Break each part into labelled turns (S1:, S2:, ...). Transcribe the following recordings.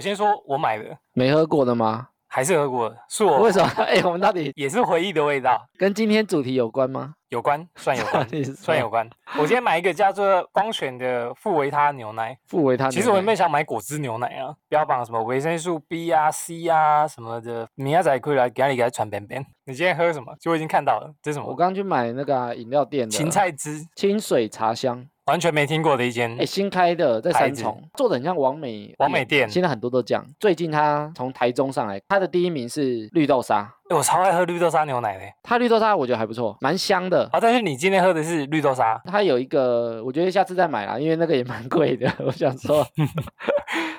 S1: 我先说我买的，
S2: 没喝过的吗？
S1: 还是喝过的，是我
S2: 为什么？ 哎、我们到底
S1: 也是回忆的味道，
S2: 跟今天主题有关吗？
S1: 有关算有 关。
S2: 底是
S1: 算有关，我今天买一个叫做光选的富维他牛奶。
S2: 富维他牛奶。
S1: 其实我原本想买果汁牛奶啊，标榜什么维生素 B 啊、C 啊什么的，明仔载可以来给你给他传便便。你今天喝什么？就我已经看到了，这是什
S2: 我
S1: 么？
S2: 刚去买那个啊饮、料店的
S1: 芹菜汁，
S2: 清水茶香，
S1: 完全没听过的一间
S2: 哎、。新开的在
S1: 牌
S2: 三
S1: 子
S2: 重，做的很像王美哎
S1: 王美店
S2: 现在很多都这样。最近他从台中上来，他的第一名是绿豆沙，
S1: 哎我超爱喝绿豆沙牛奶的。
S2: 他绿豆沙我觉得还不错，蛮香的。
S1: 啊，但是你今天喝的是绿豆沙，
S2: 它有一个，我觉得下次再买啦，因为那个也蛮贵的。 我想 说，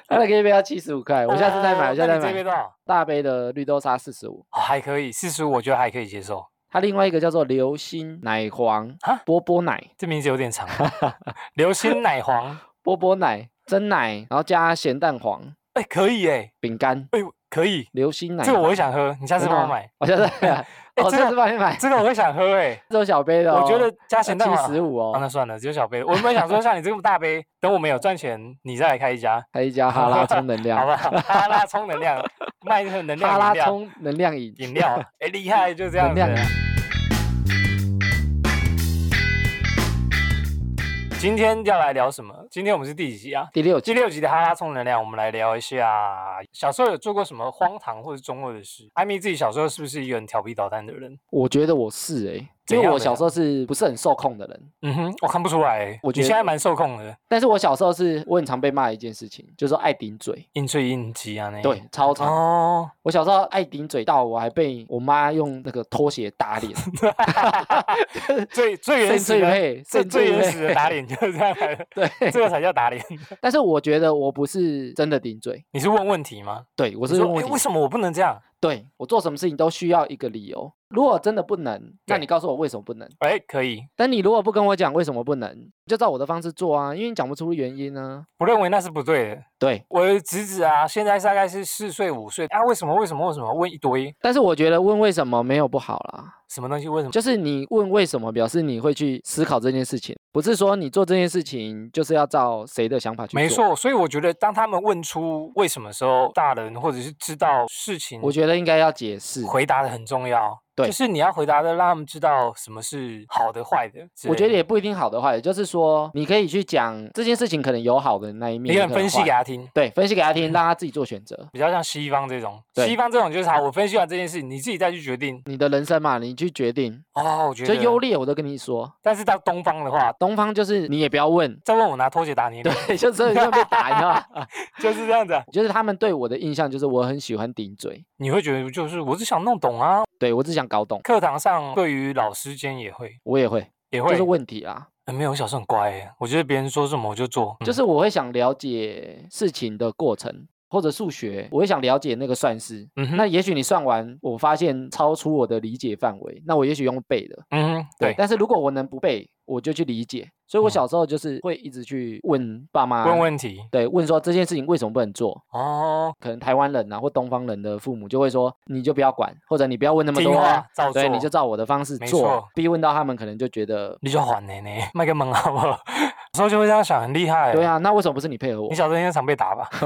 S2: 它那个一杯要七十五块，我下次再
S1: 哦
S2: 买，我下次再
S1: 那你这杯
S2: 买。
S1: 多少？
S2: 大杯的绿豆沙四十五，
S1: 哦还可以，四十五我觉得还可以接受。
S2: 它另外一个叫做流心奶黄
S1: 啊
S2: 波波奶，
S1: 这名字有点长，啊 流心奶黄，
S2: 波波奶真奶，然后加咸蛋黄
S1: 哎、可以哎、
S2: 饼干，
S1: 哎、可以，
S2: 流心奶
S1: 这个我
S2: 黄哦
S1: 会想喝，你下次
S2: 真的
S1: 帮我
S2: 吗
S1: 买。
S2: 我下次
S1: 哎
S2: 我
S1: 这
S2: 下
S1: 个
S2: 次帮你买，
S1: 这个我会想喝 哎、
S2: 这种小杯的哦，
S1: 我觉得加咸蛋黄
S2: 七十五
S1: 啊，
S2: 哦，
S1: 那算了，只有小杯。我原本想说，像你这么大杯，等我们有赚钱，你再来开一 家，
S2: 还一加哈拉充能 量
S1: 好，不好？哈拉充能量，卖这个能量
S2: 啊
S1: 饮
S2: 哈拉
S1: 料，
S2: 充能量饮
S1: 饮料，哎、厉害，就这样
S2: 能
S1: 子
S2: 量。啊
S1: 今天要来聊什么？今天我们是第几集啊？
S2: 第六
S1: 第
S2: 集
S1: 六集的哈拉充能量，我们来聊一下小时候有做过什么荒唐或者中二的事。艾米自己小时候是不是一个很调皮捣蛋的人？
S2: 我觉得我是哎、
S1: 怎
S2: 因为
S1: 样
S2: 我
S1: 的
S2: 小
S1: 呀
S2: 时候是不是很受控的人，
S1: 嗯哼，我看不出来欸。
S2: 我觉
S1: 你现在
S2: 得
S1: 蛮受控的，
S2: 但是我小时候是我很常被骂的一件事情，就是说爱顶嘴，
S1: 硬吹硬挤啊那。
S2: 对，。超常。
S1: 哦，
S2: 我小时候爱顶嘴到我还被我妈用那个拖鞋 打脸，
S1: 最最
S2: 甚
S1: 原
S2: 至
S1: 始的，
S2: 配，
S1: 最
S2: 甚
S1: 最
S2: 至
S1: 原
S2: 配，
S1: 始的打脸就是这样来的
S2: 对。
S1: 这个才叫打脸。
S2: 但是我觉得我不是真的顶嘴，
S1: 你是问问题 吗？
S2: 对我
S1: 我
S2: 是
S1: 说
S2: 用问
S1: 诶
S2: 题
S1: 为什么我不能这样？
S2: 对我做什么事情都需要一个理由。如果真的不能，那
S1: 对
S2: 你告诉我为什么不能？
S1: 哎，可以，
S2: 但你如果不跟我讲为什么不能，就照我的方式做啊，因为你讲不出原因啊。
S1: 我认为那是不对的。
S2: 对，
S1: 我的侄子啊，现在大概是四岁五岁啊，为什么为什么为什么问一堆
S2: 但是我觉得问为什么没有不好啦，
S1: 什么东西？为什么？
S2: 就是你问为什么，表示你会去思考这件事情，不是说你做这件事情就是要照谁的想法去做。
S1: 没，错，所以我觉得当他们问出为什么的时候，大人或者是知道事情，
S2: 我觉得应该要解释。
S1: 回答的很重要。
S2: 对
S1: 就是你要回答的，让他们知道什么是好的、坏的之类的。
S2: 我觉得也不一定好的坏的，就是说你可以去讲这件事情可能有好的那一面，
S1: 你
S2: 也
S1: 很
S2: 可能
S1: 分析
S2: 坏
S1: 给他听，
S2: 对分析给他听，让他自己做选择。
S1: 比较像西方这种。
S2: 对
S1: 西方这种就是好，我分析完这件事，你自己再去决定。
S2: 你的人生嘛，你去决定。
S1: 哦，我觉
S2: 就
S1: 得
S2: 优劣我都跟你说，
S1: 但是到东方的话，
S2: 东方就是你也不要问
S1: ，再问我拿拖鞋打你脸，
S2: 对，就真的就被打，你知道吗？
S1: 就是这样子啊。
S2: 就是他们对我的印象就是我很喜欢顶嘴，
S1: 你会觉得就是我只想弄懂啊。
S2: 对我只想搞懂，
S1: 课堂上对于老师间也会
S2: 我也会，
S1: 也
S2: 就
S1: 会
S2: 是，问题啦。
S1: 呃没有，我小时候很乖欸，我觉得别人说什么我就做，嗯
S2: 就是我会想了解事情的过程，或者数学，我会想了解那个算式。
S1: 嗯哼
S2: 那也许你算完，我发现超出我的理解范围，那我也许用背的。
S1: 嗯哼，对，嗯
S2: 但是如果我能不背，我就去理解。所以我小时候就是会一直去问爸妈，
S1: 问问题
S2: 对，问说这件事情为什么不能做？
S1: 哦，
S2: 可能台湾人啊或东方人的父母就会说，你就不要管，或者你不要问那么
S1: 听
S2: 多啊、
S1: 话照做，
S2: 对，你就照我的方式
S1: 没
S2: 做
S1: 错，
S2: 逼问到他们可能就觉得，
S1: 你就还奶奶，卖个萌好不 好？有时候就会这样想，很厉害。
S2: 对，啊，那为什么不是你配合我
S1: 你？ 小时候应该常被打吧？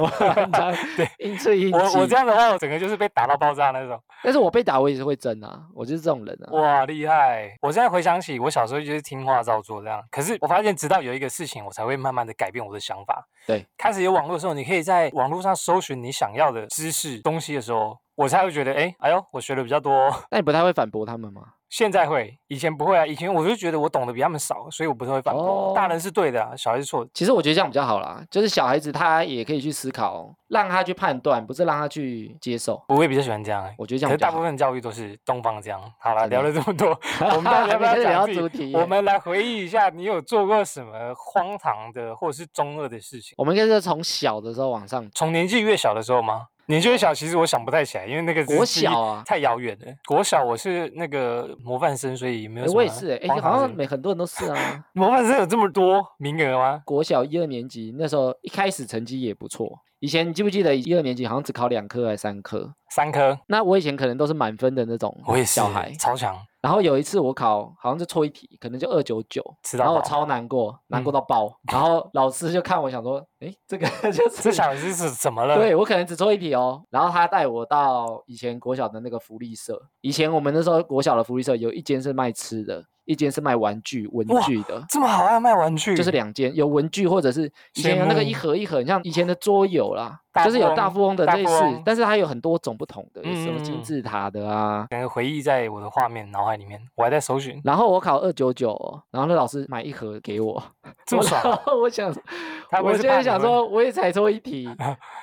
S1: 对，
S2: 应对应
S1: 我我
S2: 激
S1: 这样的话，我整个就是被打到爆炸那种。
S2: 但是我被打，我也是会争啊，我就是这种人啊。
S1: 哇，厉害！我现在回想起，我小时候就是听话照做这样。可是我发现，直到有一个事情，我才会慢慢的改变我的想法。
S2: 对，
S1: 开始有网络的时候，你可以在网络上搜寻你想要的知识东西的时候，我才会觉得，哎，哎呦，我学的比较多哦。
S2: 那你不太会反驳他们吗？
S1: 现在会，以前不会啊。以前我就觉得我懂得比他们少，所以我不太会反驳。大
S2: 哦
S1: 人是对的、啊，小孩是错的。
S2: 其实我觉得这样比较好啦，就是小孩子他也可以去思考，让他去判断，不是让他去接受。
S1: 我也比较喜欢这样、欸。
S2: 我觉得这
S1: 可
S2: 样
S1: 是
S2: 比较
S1: 大部
S2: 好。哦
S1: 分教育都是东方这样。好了，
S2: 真的
S1: 聊了这么 多，我们到
S2: 还
S1: 底要不
S2: 没
S1: 要
S2: 开始
S1: 讲自
S2: 聊到
S1: 己
S2: 主题耶，
S1: 我们来回忆一下，你有做过什么荒唐的或者是中二的事情？
S2: 我们应该是从小的时候往上，
S1: 从年纪越小的时候吗？年纪越小，其实我想不太起来，因为那个只是
S2: 国
S1: 记忆
S2: 小啊，
S1: 太遥远了。国小我是那个模范生，所以没有
S2: 诶
S1: 什么啊
S2: 我
S1: 荒
S2: 也
S1: 唐的
S2: 是
S1: 事。。
S2: 欸，哎，好像每很多人都是啊
S1: 模范生有这么多名额吗？
S2: 国小一二年级那时候一开始成绩也不错，以前你记不记得一二年级好像只考两科还是三科？
S1: 三科，
S2: 那我以前可能都是满分的那种
S1: 我也是
S2: 小孩，
S1: 超强，
S2: 然后有一次我考好像就错一题，可能就二九九，
S1: 吃
S2: 然后
S1: 到
S2: 我
S1: 饱。
S2: 超难过，难过
S1: 嗯
S2: 到爆。 然后老师就看我想说，诶，这个 就是
S1: 这小子是怎么了？
S2: 对我可能只错一题哦。然后他带我到以前国小的那个福利社，以前我们那时候国小的福利社有一间是卖吃的，一间是卖玩具文
S1: 哇
S2: 具的。
S1: 这么好爱卖玩具，
S2: 就是两间有文具，或者是以前
S1: 羡
S2: 有那个
S1: 慕
S2: 一盒一盒，很像以前的桌游啦，
S1: 大
S2: 就是有
S1: 富
S2: 大
S1: 翁
S2: 富翁的
S1: 大
S2: 类
S1: 富
S2: 似
S1: 翁，
S2: 但是它有很多种不同的，有什么
S1: 嗯嗯
S2: 金
S1: 嗯
S2: 字塔的啊。
S1: 整个回忆在我的画面脑海里面，我还在搜寻，
S2: 然后我考二九九，然后那老师买一盒给我，
S1: 这么
S2: 我
S1: 爽，啊
S2: 然后我想，
S1: 他不
S2: 我
S1: 会是
S2: 现在
S1: 怕
S2: 想
S1: 你们
S2: 说，我也才错一 题，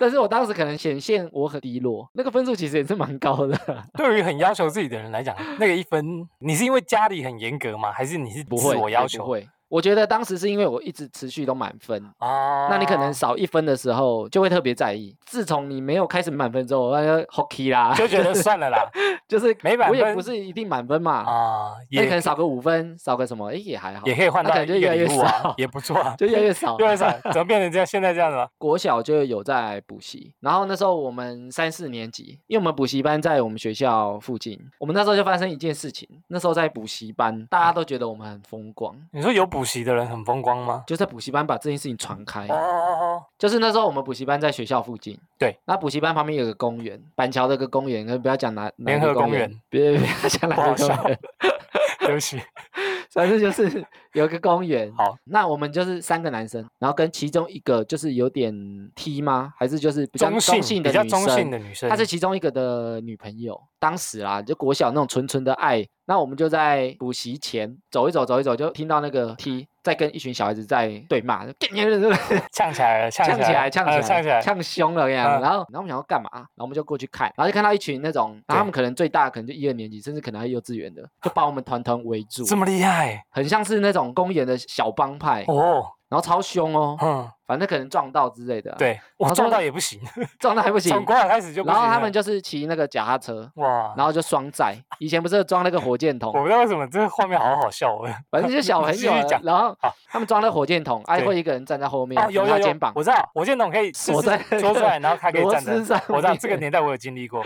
S2: 但是我当时可能显现我很低落，那个分数其实也是蛮高的。
S1: 对于很要求自己的人来讲，那个一分，你是因为家里很严格吗？还是你是
S2: 不
S1: 自
S2: 会，
S1: 我
S2: 也
S1: 要
S2: 不
S1: 求
S2: 会。我觉得当时是因为我一直持续都满分，
S1: 啊？
S2: 那你可能少一分的时候就会特别在意。自从你没有开始满分之后，我就 hockey 啦，
S1: 就觉得
S2: 是
S1: 算了 啦
S2: 就是
S1: 没满
S2: 我也不
S1: 分
S2: 是一定满分嘛，
S1: 啊，
S2: 那可能
S1: 也
S2: 少个五分，少个什么，哎也还好
S1: 也，可以换
S2: 那
S1: 到
S2: 可能
S1: 一
S2: 就
S1: 个
S2: 越来越
S1: 礼物啊
S2: 少，
S1: 也不错啊，。
S2: 就越来越 少
S1: 越来越少，怎么变成这样？现在这样子吗？
S2: 国小就有在补习，然后那时候我们三四年级，因为我们补习班在我们学校附近，我们那时候就发生一件事情，那时候在补习班，大家都觉得我们很风光，
S1: 你说有补习的人很风光吗？
S2: 就在补习班把这件事情传开
S1: 哦，哦
S2: 就是那时候我们补习班在学校附近，
S1: 对，
S2: 那补习班旁边有个公园，板桥的一个公园，呃可不要讲哪哪
S1: 联
S2: 个
S1: 合
S2: 公
S1: 公
S2: 园
S1: 园，
S2: 别别 别讲哪
S1: 不好
S2: 个公
S1: 笑
S2: 园，
S1: 哦，对不起，
S2: 反正就是 有一个公园。
S1: 好，
S2: 那我们就是三个男生，然后跟其中一个就是有点 T 吗？还是就是比较
S1: 中性
S2: 性的
S1: 比较
S2: 女
S1: 中
S2: 生
S1: 性的女生，
S2: 她是其中一个的女朋友。当时啦，就国小那种纯纯的爱。那我们就在补习前走一走，走一走，就听到那个 T 在跟一群小孩子在对骂，就
S1: 呛起来了，呛
S2: 呛起来，
S1: 来，
S2: 呛
S1: 呃
S2: 起来，
S1: 呛起来，
S2: 呛凶了这样。
S1: 嗯
S2: 然后，然后我们想要干嘛？啊然后我们就过去看，然后就看到一群那种，然后他
S1: 对
S2: 们可能最大可能就一二年级，甚至可能还幼稚园的，就把我们团团围住，
S1: 这么厉害
S2: 很像是那种公园的小帮派，
S1: 哦，
S2: 然后超凶哦，
S1: 嗯，
S2: 反正可能撞到之类的，，
S1: 对我
S2: 啊后
S1: 撞
S2: 说
S1: 到也不行，
S2: 撞到还不行。
S1: 从国小开始就不
S2: 然
S1: 行了，
S2: 后他们就是骑那个脚踏车，
S1: 哇，
S2: 然后就双载，以前不是有装那个火箭筒
S1: 我，不知道为什么这个画面好好笑哦。
S2: 反正就小
S1: 你
S2: 朋
S1: 继
S2: 友
S1: 续
S2: 啊，
S1: 讲
S2: 然后
S1: 好
S2: 他们装那个火箭筒，哎，
S1: 对
S2: 会一个人站在后面
S1: 哦，
S2: 扶
S1: 有有
S2: 他肩
S1: 有
S2: 膀，
S1: 我知道，火箭筒可 以
S2: 锁
S1: 锁
S2: 在
S1: 在
S2: 那
S1: 戳
S2: 个
S1: 出来，然后它可以
S2: 螺
S1: 站着
S2: 丝。上
S1: 我知道这个
S2: 面
S1: 年代我有经历 过，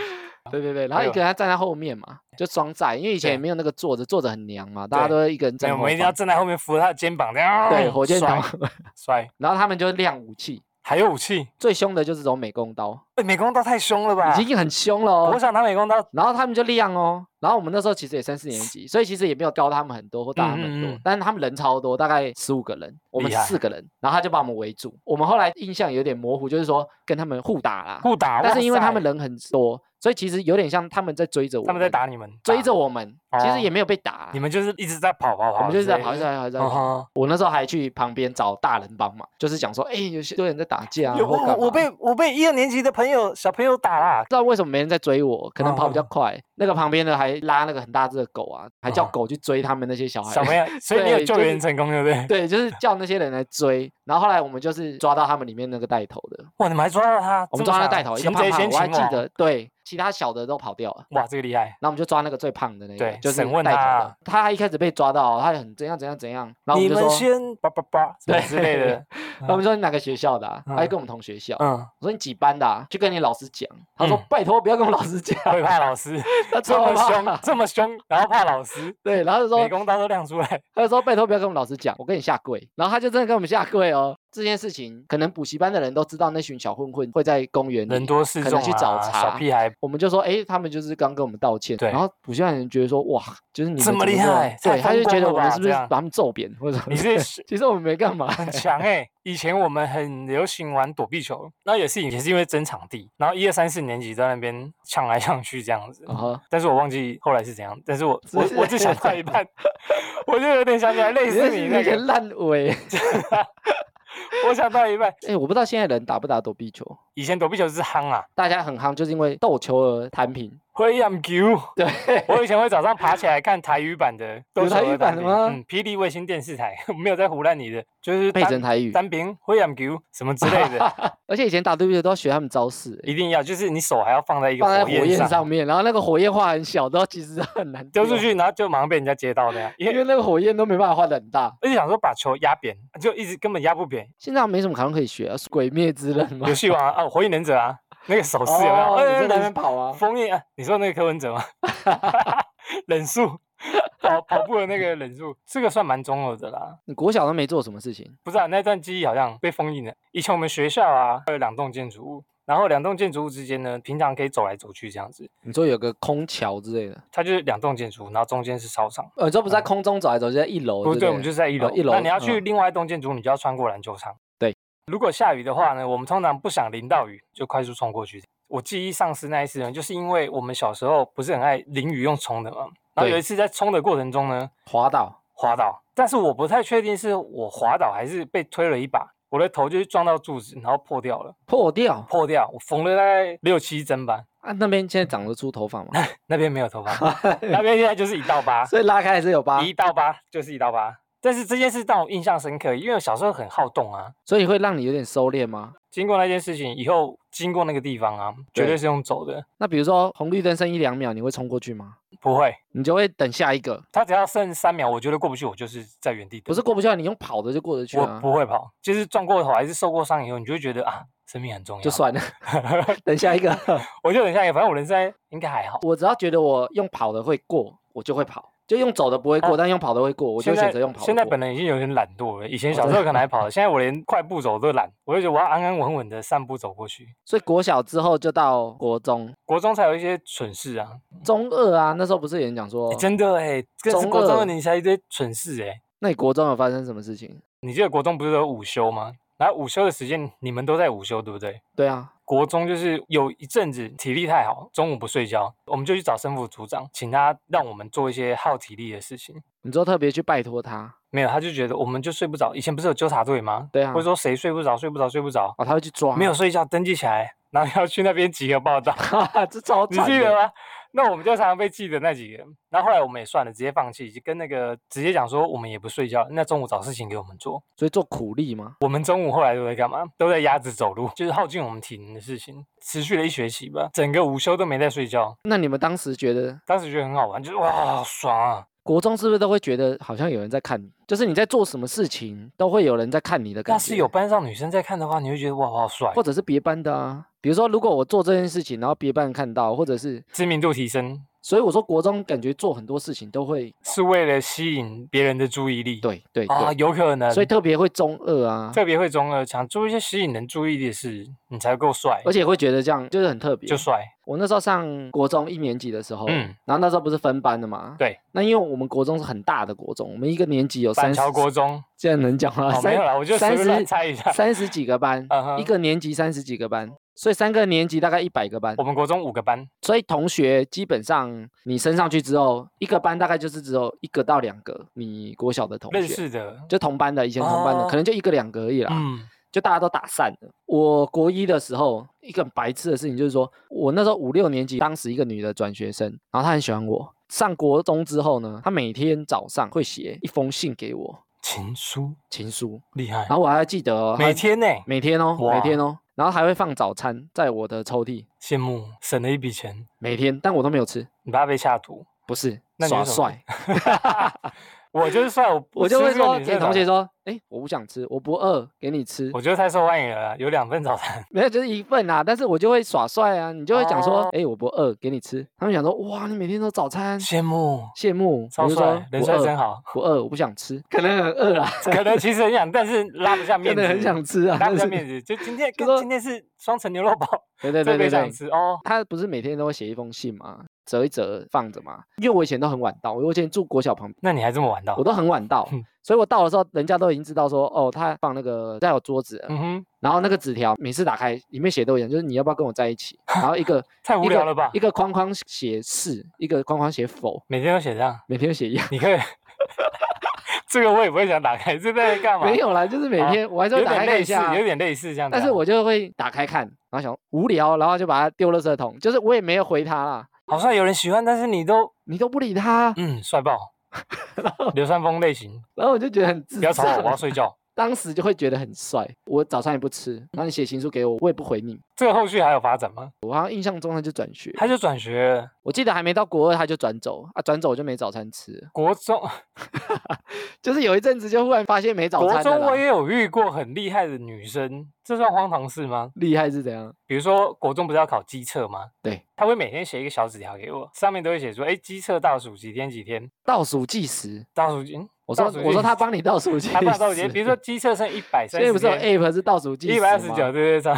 S2: 对对对，然后
S1: 哎
S2: 一
S1: 呦
S2: 个人要站在后面嘛，就双载，因为以前
S1: 对
S2: 也没有那个坐着，坐着很娘嘛，大家
S1: 对
S2: 都会一个人
S1: 没
S2: 站
S1: 有，
S2: 后
S1: 我
S2: 方。
S1: 们一定要哦站在后面扶着他的肩膀，这样
S2: 对火箭筒，
S1: 摔摔，
S2: 然后他们就亮武器，
S1: 还有武器。
S2: 最凶的就是这种美工刀，
S1: 哎，美工刀太凶了吧？
S2: 已经很凶了哦
S1: 我。想拿美工刀，
S2: 然后他们就亮哦，然后我们那时候其实也三四年级，所以其实也没有高他们很多或大他们很
S1: 嗯
S2: 多，
S1: 嗯嗯
S2: 但是他们人超多，大概十五个人，我们
S1: 厉害
S2: 四个人，然后他就把我们围住。我们后来印象有点模糊，就是说跟他们互打啦，
S1: 互打。
S2: 但
S1: 哇
S2: 是因为他
S1: 塞
S2: 们人很多，所以其实有点像他们在追着我
S1: 他们在打你们，
S2: 追
S1: 打哦
S2: 着我们，其实也没有被打，
S1: 你们，就是一直在跑跑跑之类的，
S2: 我们就是在跑，一直在跑，一直在
S1: 嗯
S2: 跑。
S1: 哼。
S2: 我那时候还去旁边找大人帮忙，就是讲说，哎、有些有人在打架、啊，
S1: 有
S2: 或
S1: 我我
S2: 干
S1: 我
S2: 嘛
S1: 被我被一二年级的朋友小朋友打啦
S2: 不，知道为什么没人在追我，可能跑比较
S1: 嗯
S2: 快。那个旁边的还拉那个很大只的狗啊，还叫
S1: 嗯
S2: 狗去追他们那些小孩。
S1: 小朋友， 所以你有
S2: 哦对
S1: 救
S2: 就是
S1: 援成功，对不对？
S2: 对，就是叫那些人来追。然后后来我们就是抓到他们里面那个带头的，
S1: 哇，你们还抓到啊他，
S2: 我们
S1: 这么
S2: 抓到
S1: 强
S2: 带头一个
S1: 擒
S2: 胖
S1: 贼
S2: 胖，
S1: 先
S2: 我还
S1: 擒
S2: 记
S1: 王，
S2: 得，对，其他小的都跑掉了。
S1: 哇，这个厉害。
S2: 然后我们就抓那个最胖的那个
S1: 对，
S2: 就是
S1: 审问
S2: 带头
S1: 他
S2: 的。他一开始被抓到，哦他也很怎样怎样怎样。然后
S1: 你
S2: 我们就
S1: 们
S2: 说，
S1: 先叭叭叭什么
S2: 对
S1: 之类 的，
S2: 然后我们说你哪个学校的、啊？他就
S1: 嗯
S2: 跟我们同学校。
S1: 嗯，
S2: 我说你几班的、啊？去跟你老师讲。他说、
S1: 嗯
S2: 拜托不要跟我老师讲，
S1: 会怕老 师
S2: 他
S1: 这
S2: 超
S1: 么
S2: 怕
S1: 凶，这么凶，然后怕老师，
S2: 对，然后就
S1: 美
S2: 说
S1: 工刀都亮出来，
S2: 他就说拜托不要跟我们老师讲，我跟你下跪。然后他就真的跟我们下跪哦。这件事情可能补习班的人都知道，那群小混混会在公园里
S1: 人。多势
S2: 可
S1: 众
S2: 能
S1: 啊，
S2: 去找
S1: 小
S2: 茬
S1: 屁孩
S2: 我们就说，哎，他们就是刚跟我们道歉，
S1: 对
S2: 然后补习班的人觉得说，哇，就是你们
S1: 这么
S2: 怎
S1: 厉
S2: 这样
S1: 害
S2: 对，
S1: 太
S2: 他就
S1: 风光
S2: 觉得
S1: 了
S2: 我们
S1: 吧
S2: 是不是
S1: 这样
S2: 把他们揍扁或者什么
S1: 你
S2: 的？
S1: 是是
S2: 其实我们没干嘛，
S1: 很强哎、 以前我们很流行玩躲避球，然后也是也是因为争场地，然后一二三四年级在那边呛来呛去这样子。
S2: 然后
S1: 但是我忘记后来是怎样，但是我
S2: 哦是
S1: 我我只想到一半， 我就有点想起来类似你那
S2: 个
S1: 个，
S2: 烂尾。
S1: 我想到一半，
S2: 哎，我不知道现在人打不打躲避球，
S1: 以前躲避球是夯啊，
S2: 大家很夯，就是因为斗球而摊平。
S1: 会养球，
S2: 对，
S1: 我以前会早上爬起来看台语版的斗
S2: 有
S1: 球
S2: 台
S1: 儿
S2: 语版
S1: 当
S2: 的
S1: 兵
S2: 吗
S1: 嗯，霹雳卫星电视台， 没有在胡乱你的，就是
S2: 配成
S1: 单
S2: 台语，
S1: 单兵会养球什么之类 的，
S2: 而且以前打对比都要学他们招式、欸，
S1: 一定要，就是你手还要放在一个
S2: 放在
S1: 火
S2: 火焰
S1: 上。
S2: 上面，然后那个火焰画很小，都其实很难
S1: 丢
S2: 丢
S1: 出，去，然后就马上被人家接到那样，因
S2: 因
S1: 为
S2: 为那个火焰都没办法画的很大。
S1: 而且想说把球压扁，就一直根本压不扁。
S2: 现在没什么卡通可以学啊，《鬼灭之刃》嘛
S1: 游，戏王啊，有火影忍者啊，那个手势有没有？
S2: 哦，
S1: 哎
S2: 你在那
S1: 忍
S2: 边跑啊？
S1: 封印啊，你说那个柯文 哲吗？ 忍术，跑跑步的那个忍术，这个算蛮中二的啦。
S2: 你国小都没做什么事情？
S1: 不是啊，那段记忆好像被封印了。以前我们学校啊，会有两栋建筑物，然后两栋建筑物之间呢，平常可以走来走去这样子。
S2: 你说有个空桥之类的，
S1: 它就是两栋建筑物，然后中间是操场。
S2: 呃，这不是在空中走来走去，在一楼之类
S1: 不嗯
S2: 的。
S1: 对，我们就是在一楼。
S2: 哦一楼
S1: 那你要去
S2: 嗯
S1: 另外一栋建筑，你就要穿过篮球场。
S2: 对，
S1: 如果下雨的话呢，我们通常不想淋到雨，就快速冲过去。我记忆丧失那一次呢，就是因为我们小时候不是很爱淋雨用冲的嘛。然后
S2: 对
S1: 有一次在冲的过程中呢，
S2: 滑倒，
S1: 滑倒，但是我不太确定是我滑倒还是被推了一把，我的头就是撞到柱子，然后破掉了，
S2: 破掉
S1: 破掉，我缝了大概六七针吧。
S2: 啊！那边现在长得出 头发吗？
S1: 那边没有头 发，那边现在就是一道疤。
S2: 所以拉开还是有疤，
S1: 一到八就是一到八。但是这件事让我印象深刻，因为我小时候很好动啊。
S2: 所以会让你有点收敛吗？
S1: 经过那件事情以后，经过那个地方啊，绝
S2: 对
S1: 对是用走的，
S2: 那比如说红绿灯剩一两秒，你会冲过去吗？
S1: 不会。
S2: 你就会等下一个，
S1: 他只要剩三秒，我觉得过不去，我就是在原地等。
S2: 不是过不去，你用跑的就过得去
S1: 我
S2: 啊，
S1: 不会跑，就是撞过头还是受过伤以后，你就会觉得啊，生命很重要。
S2: 就，算了， 等下一个。
S1: 我就等下一个，反正我人生应该还好。
S2: 我只要觉得我用跑的会过，我就会跑，就用走的不会过，但用跑的会过，我就
S1: 啊现
S2: 会选
S1: 在
S2: 择用跑的
S1: 现在
S2: 过
S1: 本人已经有点懒惰了，以前
S2: 哦
S1: 小
S2: 真
S1: 时候
S2: 的
S1: 可能还跑了，现在我连快步走都懒，我就觉得我要安安稳稳的散步走过去。
S2: 所以国小之后就到国中，
S1: 国中才有一些蠢事啊，
S2: 中二啊，那时候不是有人讲说，
S1: 欸真的哎、欸，更是
S2: 中
S1: 国中
S2: 二
S1: 的你才一堆蠢事哎、
S2: 那你国中有发生什么事情？
S1: 你记得国中不是有午休吗？然后午休的时间你们都在午休，对不对？
S2: 对啊，
S1: 国中就是有一阵子体力太好，中午不睡觉，我们就去找生副组长，请他让我们做一些耗体力的事情。
S2: 你说特别去拜托他，
S1: 没有，他就觉得我们就睡不着。以前不是有纠察队吗？
S2: 对啊
S1: 或者说谁睡不着，睡不着，睡不着，
S2: 哦，他会去抓，
S1: 没有，睡觉登记起来，然后要去那边集合报道。
S2: 这超
S1: 你
S2: 惨
S1: 记得
S2: 的
S1: 吗？那我们就常常被记得那几个人。然后后来我们也算了，直接放弃，就跟那个直接讲说我们也不睡觉，那中午找事情给我们做。
S2: 所以做苦力嘛，
S1: 我们中午后来都在干嘛？都在鸭子走路，就是耗尽我们体能的事情，持续了一学期吧，整个午休都没在睡觉。
S2: 那你们当时觉得
S1: 当时觉得很好玩，就是哇，好爽啊！
S2: 国中是不是都会觉得好像有人在看你？就是你在做什么事情，都会有人在看你的感
S1: 要
S2: 觉。
S1: 是有，班上女生在看的话，你会觉得哇，我好帅
S2: 或，者是别班的啊。比如说，如果我做这件事情，然后别班看到，或者是，
S1: 知名度提升
S2: 所以我说国中感觉做很多事情都会，
S1: 是为了吸引别人的注意力。
S2: 对对
S1: 啊，
S2: 对，
S1: 有可能，
S2: 所以特别会中二啊，
S1: 特别会中二，想做一些吸引人注意力的事，你才够帅，
S2: 而且会觉得这样就是很特别
S1: 就。帅。
S2: 我那时候上国中一年级的时候，
S1: 嗯
S2: 然后那时候不是分班的嘛，
S1: 对，
S2: 那因为我们国中是很大的国中，我们一个年级有
S1: 板
S2: 三十
S1: 桥，国中，
S2: 这样能讲吗？
S1: 哦，
S2: 三
S1: 没有啦，我就随
S2: 三
S1: 便乱
S2: 十
S1: 猜一下。
S2: 三十几个班
S1: 嗯，哼
S2: 一个年级三十几个班，所以三个年级大概一百个班
S1: 我，们国中五个班，
S2: 所以同学基本上你升上去之后，一个班大概就是只有一个到两个你国小的同
S1: 认
S2: 学，啊
S1: 识的，
S2: 就同班的，以前同班的
S1: 哦
S2: 可能就一个两个而已啦，
S1: 嗯，
S2: 就大家都打散了。我国一的时候，一个很白痴的事情就是说，我那时候五六年级，当时一个女的转学生，然后她很喜欢我。上国中之后呢，她每天早上会写一封信给我，
S1: 情书
S2: 情书，
S1: 厉害
S2: 然，后我还记得、哦、她
S1: 每天呢，
S2: 每天哦，
S1: 哇
S2: 每天哦，然后还会放早餐在我的抽屉，
S1: 羡慕省了一笔钱，
S2: 每天，但我都没有吃，
S1: 你怕被下毒？
S2: 不是
S1: 那你
S2: 耍
S1: 是什么
S2: 帅，
S1: 我就是帅，我
S2: 我就会
S1: 吃这个
S2: 说
S1: 女
S2: 给
S1: 生
S2: 同学
S1: 早餐，
S2: 说，哎，我不想吃，我不饿，给你吃，
S1: 我觉得太受欢迎了啦，有两份早餐，
S2: 没有就是一份啊，但是我就会耍帅啊，你就会讲
S1: 哦
S2: 说，哎，我不饿，给你吃，他们想说，哇，你每天都早餐，
S1: 羡 慕，
S2: 羡慕，
S1: 超
S2: 我就说
S1: 帅，人
S2: 不
S1: 帅
S2: 饿
S1: 真好。
S2: 不饿，我不想吃，可能很饿啊，
S1: 可能其实很想，但是拉不下面
S2: 真
S1: 子，
S2: 的很想吃啊，
S1: 拉不
S2: 但
S1: 下
S2: 是
S1: 面子。就今天跟
S2: 就说
S1: 今天是双层牛肉堡，
S2: 对对
S1: 特
S2: 对
S1: 别
S2: 对
S1: 想
S2: 对，
S1: 吃哦。
S2: 他不是每天都会写一封信吗？折一折放着嘛，因为我以前都很晚到，我以前住国小旁边。
S1: 那你还这么晚到
S2: 我？都很 晚到
S1: 嗯，
S2: 所以我到的时候，人家都已经知道说，哦，他放那个在我桌子了，
S1: 嗯哼，
S2: 然后那个纸条每次打开，里面写都一样，就是你要不要跟我在 一起，然后一个
S1: 太
S2: 一
S1: 无
S2: 个
S1: 聊了吧
S2: 一？个框框写是，一个框框写否，
S1: 每天都写这样，
S2: 每天都写一样，
S1: 你 可以，这个我也不会想打开，这在 干嘛？
S2: 没有啦，就是每
S1: 啊
S2: 天我还是
S1: 有
S2: 会打
S1: 点
S2: 开看
S1: 类
S2: 一
S1: 似，
S2: 下啊
S1: 有，点类似这样子啊。
S2: 但是我就会打开看，然后想无聊，然后就把它丢垃圾桶，就是我也没有回他啦，
S1: 好像有人喜欢，但是你都
S2: 你都不理他，啊
S1: 嗯帅爆，流川枫类型，
S2: 然后我就觉得很智
S1: 不要吵我，我要
S2: 障，
S1: 睡觉。
S2: 当时就会觉得很帅。我早餐也不吃，然后你写情书给我，我也不回你。
S1: 这个后续还有发展吗？
S2: 我好像印象中他就转学，
S1: 他就转学了
S2: 我记得还没到国二他就转走啊，转走我就没早餐吃了，
S1: 国中，
S2: 就是有一阵子就忽然发现没早
S1: 国
S2: 餐了
S1: 中我
S2: 啦。
S1: 也有遇过很厉害的女生，这算荒唐事吗？
S2: 厉害是怎样？
S1: 比如说国中不是要考机测吗？
S2: 对，
S1: 他会每天写一个小纸条给我，上面都会写说，哎，机测倒数几天几天，
S2: 倒数计时。
S1: 倒数几，嗯
S2: 我说
S1: 倒数
S2: 我
S1: 计
S2: 说他帮你倒数计时，
S1: 他爸倒数几天，比如说机测剩一百三
S2: 现在
S1: 十
S2: 不是有
S1: 天，
S2: app 是倒数计时
S1: 一百二十九，对嗯
S2: 吗，
S1: 对对，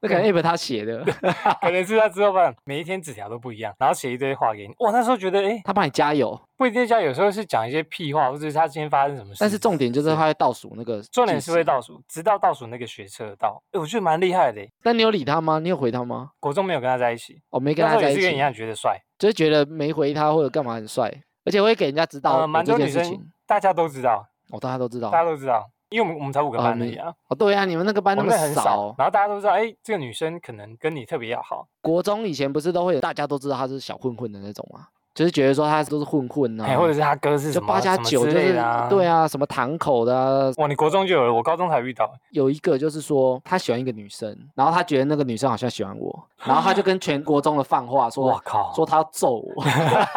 S2: 那可能 app 他写的，
S1: 可能是他之后吧，每一天纸条都不一样，然后写一堆话给你。我那时候觉得，哎，
S2: 他帮你 加油。
S1: 不一定叫，有时候是讲一些屁话，或者是他今天发生什么事。
S2: 但是重点就是
S1: 是
S2: 他会倒数那个，
S1: 重点是会。倒数，直到倒数那个学车到。哎，我觉得蛮厉害的耶。
S2: 但你有理他吗？你有回他吗？哦
S1: 国中没有跟他在一起，
S2: 我没跟
S1: 那时
S2: 他
S1: 候
S2: 在
S1: 也
S2: 一
S1: 是
S2: 起
S1: 跟你一，样觉得帅。
S2: 就是觉得没回他或者干嘛很帅，而且会给人家指导
S1: 呃，
S2: 有
S1: 蛮
S2: 这
S1: 多
S2: 件
S1: 女
S2: 事情
S1: 生。大家都知道，
S2: 哦，大家都知道
S1: 大。家都知道，因为我们我们才五个
S2: 啊
S1: 班而
S2: 你
S1: 已啊，
S2: 哦，对啊，你们那个班
S1: 我
S2: 那
S1: 们
S2: 么
S1: 那很少
S2: 少。，
S1: 然后大家都知道，哎，这个女生可能跟你特别要好。
S2: 国中以前不是都会有大家都知道他是小混混的那种吗？就是觉得说他都是混混
S1: 哎，
S2: 啊，
S1: 或者是他哥是
S2: 就
S1: 什么
S2: 八加
S1: 什么
S2: 九
S1: 之
S2: 就
S1: 类
S2: 是
S1: 的啊。
S2: 对，啊，什么堂口的啊，
S1: 哇，你国中就有了，我高中才遇到。
S2: 有一个就是说他喜欢一个女生，然后他觉得那个女生好像喜欢我，然后他就跟全国中的放话
S1: 我
S2: 说
S1: 靠！
S2: 说他要揍我，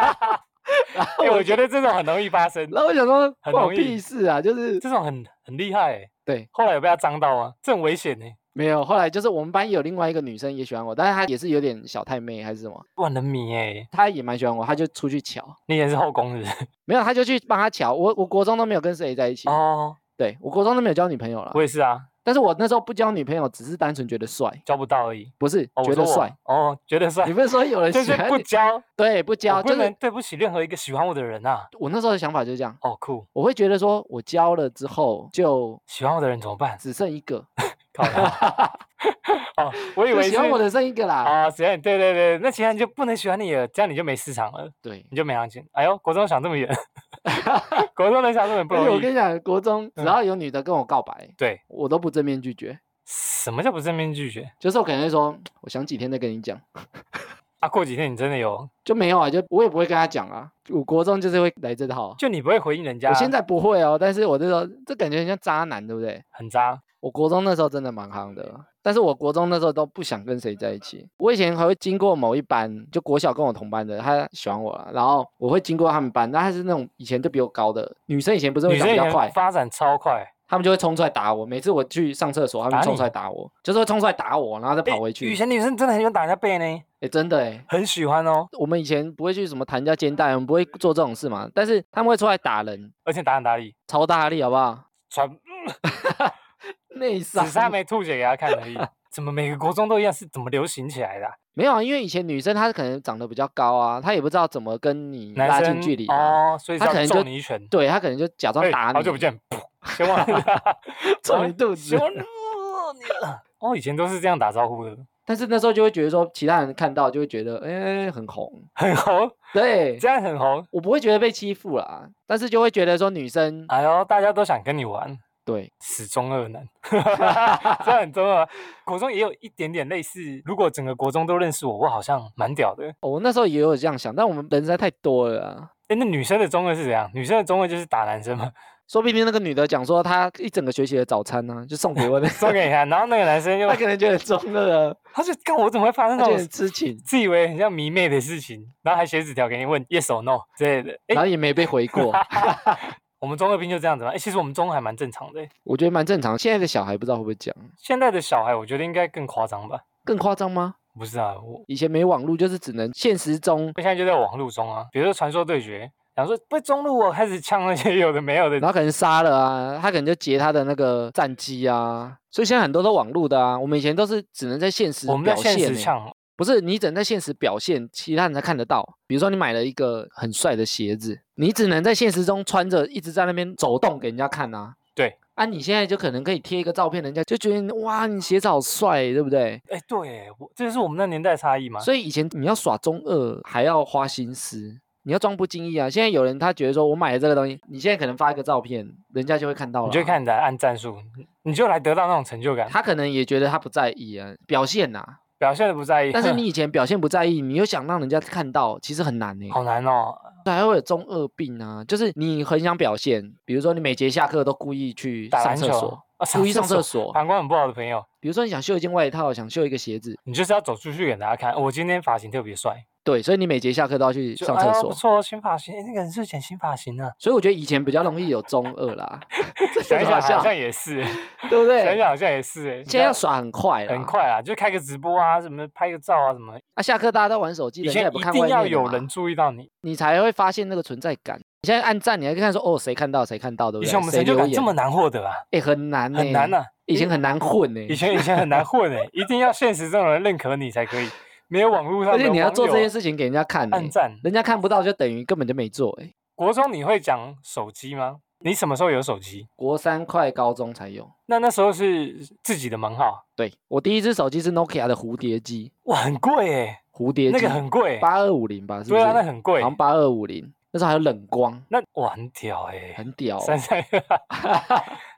S1: 哎，我觉得这种很容易发生。
S2: 然后我想说
S1: 很
S2: 关我
S1: 容易
S2: 屁事啊，就是
S1: 这种很很厉害、欸。
S2: 对，
S1: 后来有被他脏到吗？这很危险呢、欸
S2: 没有。后来就是我们班有另外一个女生也喜欢我，但是她也是有点小太妹还是什么，
S1: 万人迷哎、欸，
S2: 她也蛮喜欢我，她就出去瞧，
S1: 你以前是后宫 是不是？
S2: 没有她就去帮她瞧。我我国中都没有跟谁在一起，
S1: 哦，
S2: 对我国中都没有交女朋友了
S1: 我，也是啊，
S2: 但是我那时候不交女朋友，只是单纯觉得帅，
S1: 交不到而已。
S2: 不是、
S1: 哦、我
S2: 觉
S1: 说
S2: 得
S1: 我
S2: 帅。
S1: 哦，觉得帅
S2: 你，不是说有人
S1: 就
S2: 喜
S1: 是
S2: 欢
S1: 不
S2: 你？
S1: 交，
S2: 对，不交，
S1: 我不
S2: 就
S1: 能
S2: 是
S1: 对不起任何一个喜欢我的人啊。
S2: 我那时候的想法就是这样。
S1: 哦，酷，
S2: 我会觉得说，我交了之后就
S1: 喜欢我的人怎么办？
S2: 只剩一个，
S1: 靠 腰哦，我以
S2: 就
S1: 为
S2: 喜欢
S1: 是
S2: 我的剩一个啦。
S1: 啊，喜欢你，对对对，那其他人就不能喜欢你了，这样你就没市场了，
S2: 对，
S1: 你就没行情。哎呦，国中想这么远， 国中能想这么远不
S2: 而且哎我
S1: 容
S2: 跟
S1: 易。
S2: 你讲，国中只
S1: 嗯
S2: 要有女的跟我告白，
S1: 对，
S2: 我都不正面拒绝，
S1: 什么叫不正面拒绝
S2: 就是我可能会说，我想几天再跟你讲，
S1: 啊？过几天你真的有
S2: 就没有啊，就我也不会跟他讲啊。我国中就是会来这套啊，
S1: 就你不会回应人家，
S2: 我现在不会哦，但是我那时候这感觉很像渣男，对不对？
S1: 很渣，
S2: 我国中那时候真的蛮夯的，但是我国中那时候都不想跟谁在一起。我以前还会经过某一班，就国小跟我同班的，他喜欢我了，啊然后我会经过他们班，那他是那种以前就比我高的女生，以前不是会
S1: 女
S2: 长
S1: 生
S2: 比
S1: 以
S2: 较
S1: 前
S2: 快，
S1: 发展超快，
S2: 他们就会冲出来打我。每次我去上厕所，他们
S1: 打
S2: 冲
S1: 你
S2: 出来打我，就是会冲出来打我，然后再
S1: 诶
S2: 跑回去
S1: 以。前女生真的很喜欢打人家背呢，
S2: 哎、真的哎，
S1: 很喜欢哦，
S2: 我们以前不会去什么弹人家肩带，我们不会做这种事嘛，但是他们会出来打人，
S1: 而且打很大力，
S2: 超大力，好不好？
S1: 传，
S2: 内
S1: 只
S2: 伤。
S1: 是他没吐血给他看而已。怎么每个国中都一样？是怎么流行起来的啊、
S2: 没有啊，因为以前女生她可能长得比较高啊，她也不知道怎么跟你拉
S1: 男
S2: 近
S1: 生
S2: 距离、啊。
S1: 哦，所以是
S2: 他可
S1: 要
S2: 能就
S1: 揍你一拳。
S2: 对他可能就假装
S1: 哎
S2: 打你，
S1: 好久不，见，噗先忘了 啊
S2: 揍你肚子
S1: 先。忘了你了哦，以前都是这样打招呼的，
S2: 但是那时候就会觉得说，其他人看到就会觉得，哎、很红。
S1: 很红，
S2: 对，
S1: 这样很红。
S2: 我不会觉得被欺负啦，但是就会觉得说女生，
S1: 哎呦，大家都想跟你玩，
S2: 对，
S1: 死中二 男，这很中二。国中也有一点点类似，如果整个国中都认识我，我好像蛮屌的。
S2: 我那时候也有这样想，但我们人实在太多了啊。
S1: 哎，那女生的中二是怎样？女生的中二就是打男生嘛，
S2: 说不定那个女的讲说她一整个学期的早餐呢、就送给 我的，
S1: 送给他，然后那个男生就
S2: 她可能觉得中 二啊，
S1: 他就看我怎么会发生
S2: 她
S1: 这
S2: 觉
S1: 种
S2: 得很
S1: 事
S2: 痴情，
S1: 自以为很像迷妹的事情，然后还写纸条给你问 yes or no 之类的。
S2: 然
S1: 哎，
S2: 后也没被回 过，
S1: 我们中二病就这样子嘛。哎，其实我们中二还蛮正常的欸。
S2: 我觉得蛮正常。现在的小孩不知道会不会讲，
S1: 现在的小孩，我觉得应该更夸张吧？
S2: 更夸张吗？
S1: 不是啊，我
S2: 以前没网络，就是只能现实中，
S1: 我现在就在网络中啊，比如说传说对决，想说被中路哦我开始呛那些有的没有的
S2: 然后可能杀了啊，他可能就截他的那个战机啊，所以现在很多都网路的啊。我们以前都是只能在现实
S1: 我
S2: 表
S1: 们在现
S2: 现
S1: 实
S2: 欸
S1: 呛，
S2: 不是你只能在现实表现，其他人才看得到。比如说你买了一个很帅的鞋子，你只能在现实中穿着，一直在那边走动给人家看啊。
S1: 对。
S2: 啊，你现在就可能可以贴一个照片，人家就觉得你哇，你鞋子好帅，对不对？
S1: 哎、对耶，我这就是我们那年代的差异嘛。
S2: 所以以前你要耍中二，还要花心思，你要装不经意啊。现在有人他觉得说我买了这个东西，你现在可能发一个照片，人家就会看到了啊、
S1: 你就看你的按战术，你就来得到那种成就感，
S2: 他可能也觉得他不在意啊，表现呐、
S1: 表现的不在意。
S2: 但是
S1: 哼
S2: 你以前表现不在意，你又想让人家看到，其实很难呢、
S1: 好难哦，
S2: 还会有中二病啊，就是你很想表现，比如说你每节下课都故意去
S1: 打
S2: 上
S1: 篮
S2: 厕
S1: 球
S2: 所，
S1: 啊
S2: 故意上厕所，
S1: 膀胱很不好的朋友，
S2: 比如说你想秀一件外套，想秀一个鞋子，
S1: 你就是要走出去给大家看，我今天发型特别帅，
S2: 对，所以你每节下课都要去
S1: 就
S2: 上
S1: 哎
S2: 厕
S1: 呦
S2: 所
S1: 不。错，新发型，哎那个人是剪新发型啊，
S2: 所以我觉得以前比较容易有中 二啦，这
S1: 想
S2: 有
S1: 一
S2: 什
S1: 想好
S2: 么好笑
S1: 像，也是，
S2: 对
S1: 想一
S2: 不对？
S1: 想好像也是，哎
S2: 现在要耍很快啦，
S1: 很快啊，就开个直播啊，什么拍个照啊，什么，
S2: 啊！下课大家都玩手机，
S1: 以
S2: 人家也
S1: 前
S2: 不
S1: 一
S2: 看
S1: 定
S2: 外
S1: 要
S2: 面的
S1: 有
S2: 嘛
S1: 人注意到你，
S2: 你才会发现那个存在感。你现在按赞，你还可以看说哦，谁看到谁看到，对不
S1: 以
S2: 对？
S1: 前我们
S2: 谁
S1: 成就
S2: 留
S1: 感
S2: 言
S1: 这么难获得 啊，
S2: 哎、很难呢、
S1: 很难啊，
S2: 以前很难混呢、
S1: 以前以前很难混诶，一定要现实中的人认可你才可以，没有网络上
S2: 欸而且
S1: 的
S2: 你要
S1: 网
S2: 做这
S1: 友
S2: 件事情给人家看、
S1: 按
S2: 欸，
S1: 赞。
S2: 人家看不到就等于根本就没做、欸。
S1: 国中你会讲手机吗？你什么时候有手机？
S2: 国三快高中才有。
S1: 那那时候是自己的门号，
S2: 对我第一只手机是 Nokia 的蝴蝶机，
S1: 哇，很贵诶，
S2: 蝴蝶机
S1: 那个很贵欸，
S2: 八二五零吧，是不是？
S1: 对啊，那很
S2: 好
S1: 贵，
S2: 像八二五零，那时候还有冷光，
S1: 那哇很屌诶，
S2: 很屌、
S1: 三
S2: 哦。
S1: 三。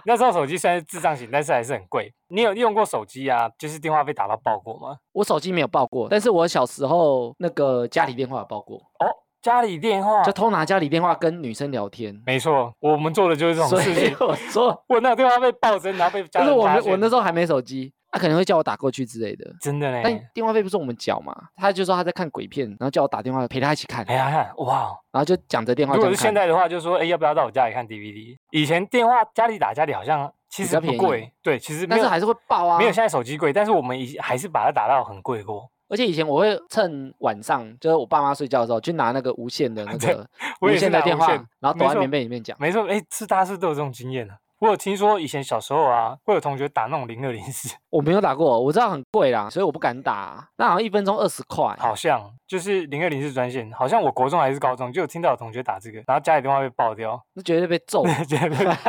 S1: 那时候手机虽然是智障型，但是还是很贵。你有用过手机啊？就是电话费打到爆过吗？
S2: 我手机没有报过，但是我小时候那个家里电话有报过，
S1: 哦，家里电话
S2: 就，偷拿家里电话跟女生聊天。
S1: 没错，我们做的就是这种
S2: 所
S1: 事
S2: 以
S1: 情。
S2: 我说。
S1: 我那个电话被暴增，然后 被家
S2: 但是
S1: 人
S2: 我
S1: 发
S2: 们
S1: 现，
S2: 我那时候还没手机，他、可能会叫我打过去之类的。
S1: 真的
S2: 但
S1: 嘞。
S2: 电话费不是我们缴嘛？他就说他在看鬼片，然后叫我打电话陪他一起看，
S1: 哎呀看，哇！
S2: 然后就讲着电话
S1: 如
S2: 这
S1: 果
S2: 样
S1: 是现
S2: 看。
S1: 在的话，就说哎，要不要到我家里看 DVD？以前电话家里打家里好像其
S2: 比
S1: 实
S2: 较
S1: 不
S2: 便宜
S1: 贵，对，其实没
S2: 但是
S1: 有
S2: 还是会爆啊！
S1: 没有现在手机贵，但是我们以还是把它打到很贵过。
S2: 而且以前我会趁晚上，就是我爸妈睡觉的时候，去拿那个无线的那
S1: 对
S2: 个
S1: 我也是
S2: 线的
S1: 拿
S2: 电
S1: 无
S2: 话
S1: 线，
S2: 然后躲
S1: 没
S2: 在
S1: 错
S2: 棉被里面讲。
S1: 没错，哎，是大家是不是都有这种经验的、我有听说以前小时候啊，会有同学打那种零二零四，
S2: 我没有打过，我知道很贵啦，所以我不敢打。那好像一分钟二十块，
S1: 好像就是零二零四专线，好像我国中还是高中就有听到有同学打这个，然后家里电话被爆掉，
S2: 那绝对被揍。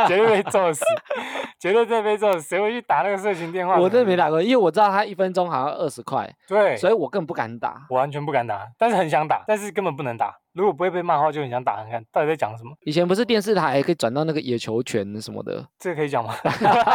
S1: 绝对绝对被揍死， 绝对被被揍死，谁会去打那个色情电话？
S2: 我真的没，打过，因为我知道他一分钟好像二十块，
S1: 嗯对，
S2: 所以我更不敢打。
S1: 我完全不敢打，但是很想打，但是根本不能打。如果不会被骂的话，就很想打看看到底在讲什么。
S2: 以前不是电视台还可以转到那个野球拳什么的，
S1: 这个可以讲 吗？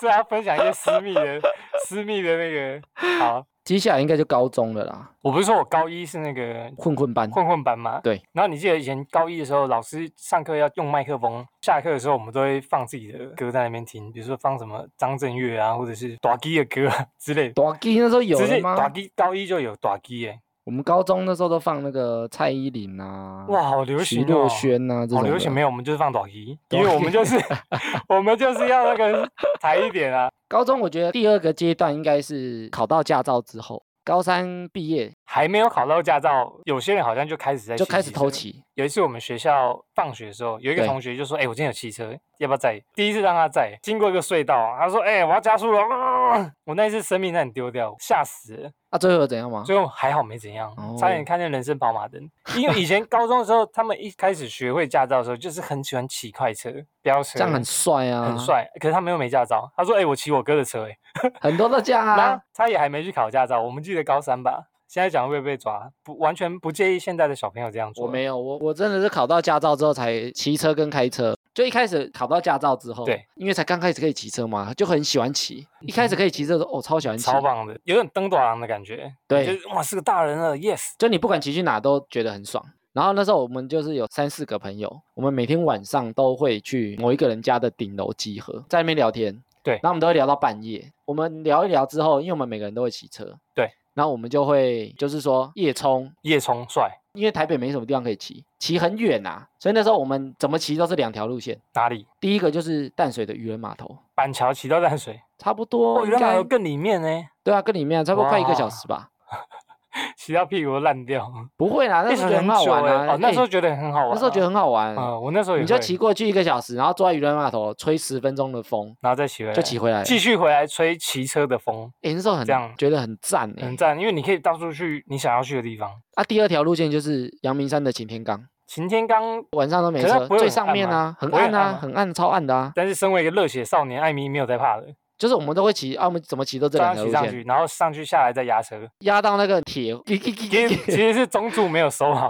S1: 这还要分享一些私密的、私密的那个。好，
S2: 接下来应该就高中了啦，
S1: 我不是说我高一是那个
S2: 混混班。
S1: 混混班吗？
S2: 对。
S1: 然后你记得以前高一的时候，老师上课要用麦克风，下课的时候我们都会放自己的歌在那边听，比如说放什么张震岳啊，或者是短基的歌 啊之类的。
S2: 短基那时候有
S1: 直
S2: 了
S1: 接
S2: 吗
S1: 短？基高一就有短基哎，
S2: 我们高中那时候都放那个蔡依林啊，
S1: 哇，好流行
S2: 徐
S1: 哦！
S2: 若瑄啊这
S1: 好
S2: 种
S1: 流行没
S2: 有？
S1: 有，我们就是放短衣，因为我们就是 我们就是要那个抬一点啊，
S2: 高中我觉得第二个阶段应该是考到驾照之后，高三毕业
S1: 还没有考到驾照，有些人好像就开始在
S2: 就
S1: 骑
S2: 开始
S1: 机
S2: 偷
S1: 车。
S2: 骑。
S1: 有一次我们学校放学的时候，有一个
S2: 对
S1: 同学就说：“哎、我今天有骑车，要不要载？”第一次让他载，经过一个隧道啊，他说：“哎、我要加速了。啊我那一次生命差点丢掉，吓死了。
S2: 啊，最后有怎样吗？
S1: 最后还好没怎样，差
S2: 哦
S1: 点看见人生跑马灯。因为以 前高中的时候，他们一开始学会驾照的时候，就是很喜欢骑快车、飙车，
S2: 这样很帅啊，
S1: 很，帅。可是他们又没驾照，他说：“哎、我骑我哥的车、哎。”
S2: 很多都这样
S1: 然
S2: 啊
S1: 后。他也还没去考驾照，我们记得高三吧。现在讲会不会被抓？不，完全不介意现在的小朋友这样做。
S2: 我没有，我我真的是考到驾照之后才骑车跟开车。就一开始考到驾照之后，
S1: 对，嗯
S2: 因为才刚开始可以骑车嘛，就很喜欢骑。一开始可以骑车的时候，哦，超喜欢骑，
S1: 超棒的，有点登短郎的感觉。
S2: 对
S1: 就是哇，是个大人了，yes。
S2: 就你不管骑去哪都觉得很爽。然后那时候我们就是有三四个朋友，我们每天晚上都会去某一个人家的顶楼集合，在那边聊天。
S1: 对
S2: 然后我们都会聊到半夜。我们聊一聊之后，因为我们每个人都会骑车，
S1: 对。
S2: 然后我们就会就是说夜冲，
S1: 叶冲帅
S2: 因为台北没什么地方可以骑，骑很远啊，所以那时候我们怎么骑都是两条路线。
S1: 哪里？
S2: 第一个就是淡水的渔人码头，
S1: 板桥骑到淡水，
S2: 差不多
S1: 哦，
S2: 应
S1: 原来还
S2: 该
S1: 有更里面呢，
S2: 对啊，跟里面差不多快一个小
S1: 哇
S2: 时吧。
S1: 骑到屁股都烂掉。
S2: 不会啦，
S1: 那
S2: 那时
S1: 时候
S2: 候觉得很好玩啊。
S1: 哦，那
S2: 哎
S1: 时候觉得很好玩啊、
S2: 那时候觉得很好玩。
S1: 嗯，我那时候也
S2: 你就
S1: 会
S2: 骑，过去一个小时，然后坐在渔人码头吹十分钟的风，
S1: 然后再骑回来，
S2: 就骑回来了。
S1: 继续回来吹骑车的风，
S2: 诶那时候很
S1: 这样
S2: 觉得很赞哎、
S1: 很赞，因为你可以到处去你想要去的地方。
S2: 啊，第二条路线就是阳明山的擎天岗，
S1: 擎天岗
S2: 晚上都没
S1: 可是它
S2: 车，
S1: 不会
S2: 最
S1: 很
S2: 上
S1: 暗
S2: 面
S1: 吗
S2: 啊，很
S1: 不会
S2: 暗
S1: 很暗
S2: 啊，
S1: 吗
S2: 很暗，超暗的啊。
S1: 但是身为一个热血少年，艾米没有在怕的，
S2: 就是我们都会骑啊，我们怎么骑都这
S1: 照
S2: 两
S1: 样骑
S2: 条路
S1: 上
S2: 线，
S1: 去，然后上去下来再压 车。
S2: 压到那个 铁，叽叽叽
S1: 其实
S2: 叽
S1: 其实是中柱没有收好，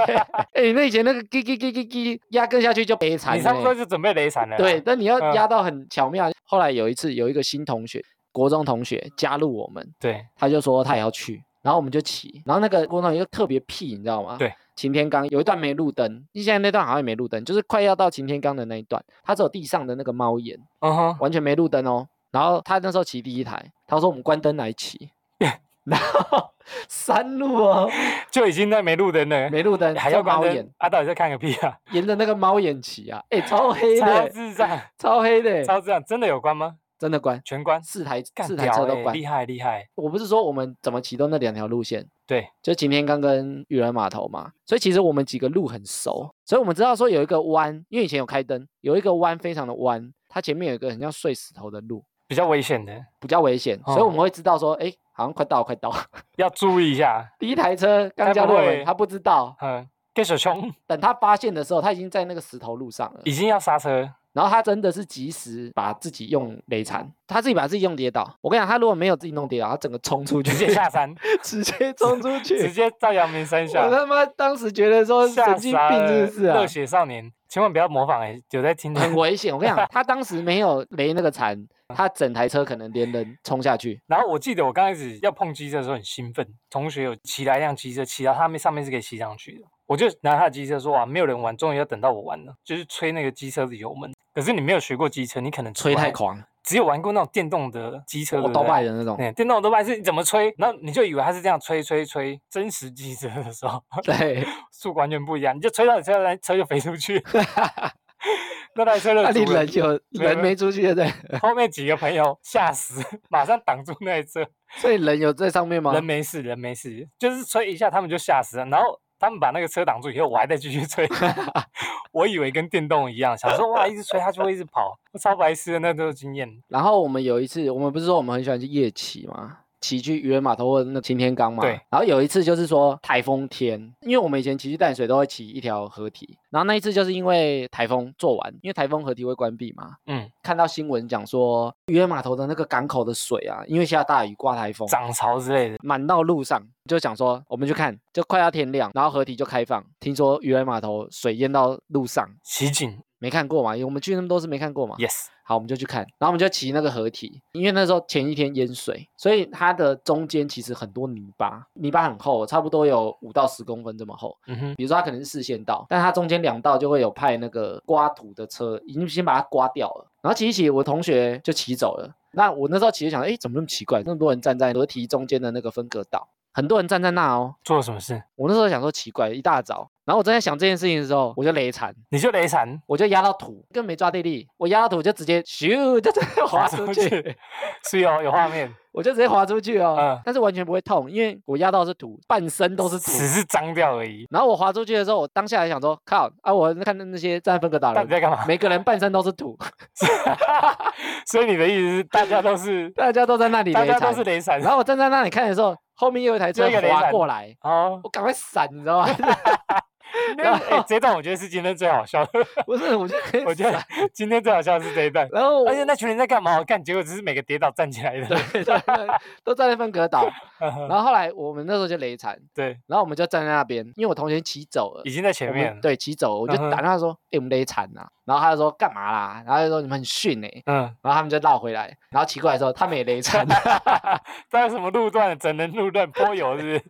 S2: 哎，那以前那个叽叽叽叽叽压根下去就悲 惨
S1: 你差不多
S2: 了。
S1: 就准备雷闪了啦。
S2: 对，但你要
S1: 嗯
S2: 压到很巧妙。后来有一次有一个新同学，国中同学加入我们，
S1: 对，
S2: 他就说他也要去，然后我们就骑，然后那个过程又特别屁，你知道吗？
S1: 对，
S2: 擎天岗有一段没路灯，现在那段好像也没路灯，就是快要到擎天岗的那一段，它只有地上的那个猫眼，
S1: 嗯哼，
S2: 完全没路灯哦。然后他那时候骑第一台，他说我们关灯来骑， 然后山路哦，
S1: 就已经在没路灯了，
S2: 没路灯，
S1: 还
S2: 只有
S1: 要关
S2: 猫
S1: 灯
S2: 眼，，
S1: 啊，到底在看个屁啊！
S2: 沿着那个猫眼骑啊，哎，超黑
S1: 超
S2: 的，
S1: 智障，
S2: 超黑的，欸
S1: 超智障，真的有关吗？
S2: 真的关
S1: 全关，
S2: 四台
S1: 干
S2: 四台
S1: 屌
S2: 车都
S1: 欸
S2: 关
S1: 厉。害厉害，
S2: 我不是说我们怎么骑都那两条路线，
S1: 对，
S2: 就擎天岗跟渔人码头嘛，所以其实我们几个路很熟，所以我们知道说有一个弯，因为以前有开灯，有一个弯非常的弯，它前面有一个很像碎石头的路，
S1: 比较危险的，
S2: 比较危险，所以
S1: 哦
S2: 我们会知道说，哎、好像快到了快到了。
S1: 要注意一下。
S2: 第一台车刚
S1: 该
S2: 加
S1: 不
S2: 入我
S1: 会
S2: 们，他不知道，
S1: 嗯，跟手兄
S2: 等他发现的时候，他已经在那个石头路上了。
S1: 已经要刹车，
S2: 然后他真的是及时把自己用雷残，他自己把自己用跌倒。我跟你讲，他如果没有自己弄跌倒，他整个冲出去，
S1: 直接下，山，
S2: 直接冲出去，
S1: 直接到阳明山下
S2: 我。他妈当时觉得说
S1: 吓
S2: 神经
S1: 傻
S2: 病是
S1: 了
S2: 不是啊
S1: 热？血少年，千万不要模仿哎、有在听的
S2: 很危 险，我跟你讲，他当时没有雷那 个残，他整台车可能连人冲下去。
S1: 然后我记得我刚开始要碰机车的时候很兴奋，同学有骑来一辆机车，骑到他们上面是可以骑上去的。我就拿他的机车说哇，没有人玩，终于要等到我玩了，就是吹那个机车的油门。可是你没有学过机车，你可能
S2: 吹
S1: 不
S2: 太
S1: 会，
S2: 狂，
S1: 只有玩过那种电动的机车，
S2: 我
S1: 对不
S2: 倒
S1: 对
S2: 拜的那种。
S1: 对，电动的外是你怎么吹，然后你就以为它是这样吹吹吹，真实机车的时候
S2: 对，
S1: 速度完全不一样，你就吹到你车上来，车就飞出去， 那台车就
S2: 那你
S1: 足了
S2: 人
S1: 没
S2: 有
S1: 有
S2: 人
S1: 没
S2: 没出去 对不对？
S1: 后面几个朋 友吓死，马上挡住那台车，
S2: 所以人有在上面吗？
S1: 人没事，人没事，就是吹一下他们就吓死了，然后。他们把那个车挡住以后，我还在继续 吹，我以为跟电动一样，想说哇，一直吹它就会一直跑，超白痴的那都是经验。
S2: 然后我们有一次，我们不是说我们很喜欢去夜骑嘛，骑去渔人码头或者那擎天岗嘛。
S1: 对。
S2: 然后有一次就是说台风天，因为我们以前骑去淡水都会骑一条河堤，然后那一次就是因为台风做完，因为台风河堤会关闭嘛。
S1: 嗯，
S2: 看到新闻讲说渔人码头的那个港口的水啊，因为下大雨刮台风，
S1: 涨潮之类的，
S2: 满到路上，就想说我们去看，就快要天亮，然后河堤就开放，听说渔人码头水淹到路上，
S1: 袭警
S2: 没看过嘛，因为我们去那么多次没看过嘛。
S1: ，yes，
S2: 好，我们就去看，然后我们就骑那个河堤，因为那时候前一天淹水，所以它的中间其实很多泥巴，泥巴很厚，差不多有五到十公分这么厚。
S1: 嗯哼，
S2: 比如说它可能是四线道，但它中间两道就会有派那个刮土的车，已经先把它刮掉了。然后骑一骑，我同学就骑走了。那我那时候骑就想，哎，怎么那么奇怪？那么多人站在河堤中间的那个分隔岛，很多人站在那哦。
S1: 做了什么事？
S2: 我那时候想说奇怪，一大早，然后我正在想这件事情的时候，我就雷惨，
S1: 你就雷残，
S2: 我就压到土，根本没抓地力，我压到土就直接咻，就直接滑出去，
S1: 是哦有有画面，
S2: 我就直接滑出去哦，
S1: 嗯
S2: 但是完全不会痛，因为我压到的是土，半身 都是土。
S1: 只是脏掉而已。
S2: 然后我滑出去的时候，我当下还想说，靠啊！我看那些站在分隔岛
S1: 到
S2: 的
S1: 底在干嘛？
S2: 每个人半身都是土，
S1: 所以你的意思是大家都 是
S2: 大家都在那里
S1: 大
S2: 雷
S1: 家都
S2: 惨
S1: 是。雷闪，
S2: 然后我站在那里看的时候，后面又有一台车
S1: 又一个雷
S2: 滑
S1: 惨
S2: 过来，
S1: 哦，
S2: 我赶快闪，你知道吗？ 然后
S1: 哎，这段我觉得是今天最好笑的，
S2: 不是，我就
S1: 我哎觉得
S2: 闪
S1: 今天最好笑的是这一段。
S2: 然后我
S1: 而且那群人在干嘛？我 看结果只是每个跌倒站起来的。
S2: 对对对都站在分 隔岛。然后后来我们那时候就雷惨，
S1: 对，
S2: 然后我们就站在那边，因为我同学骑走了
S1: 已。经在
S2: 我
S1: 前
S2: 们
S1: 面了。，
S2: 对，骑走，我就
S1: 嗯哼
S2: 打电话说：“哎、我们雷惨呐！”然后他就说：“干嘛啦？”然后他就说：“你们很逊哎、
S1: 嗯，
S2: 然后他们就绕回来，然后骑过来的时候，他们也 雷惨。
S1: 在什么路段？整人路段坡游是不是？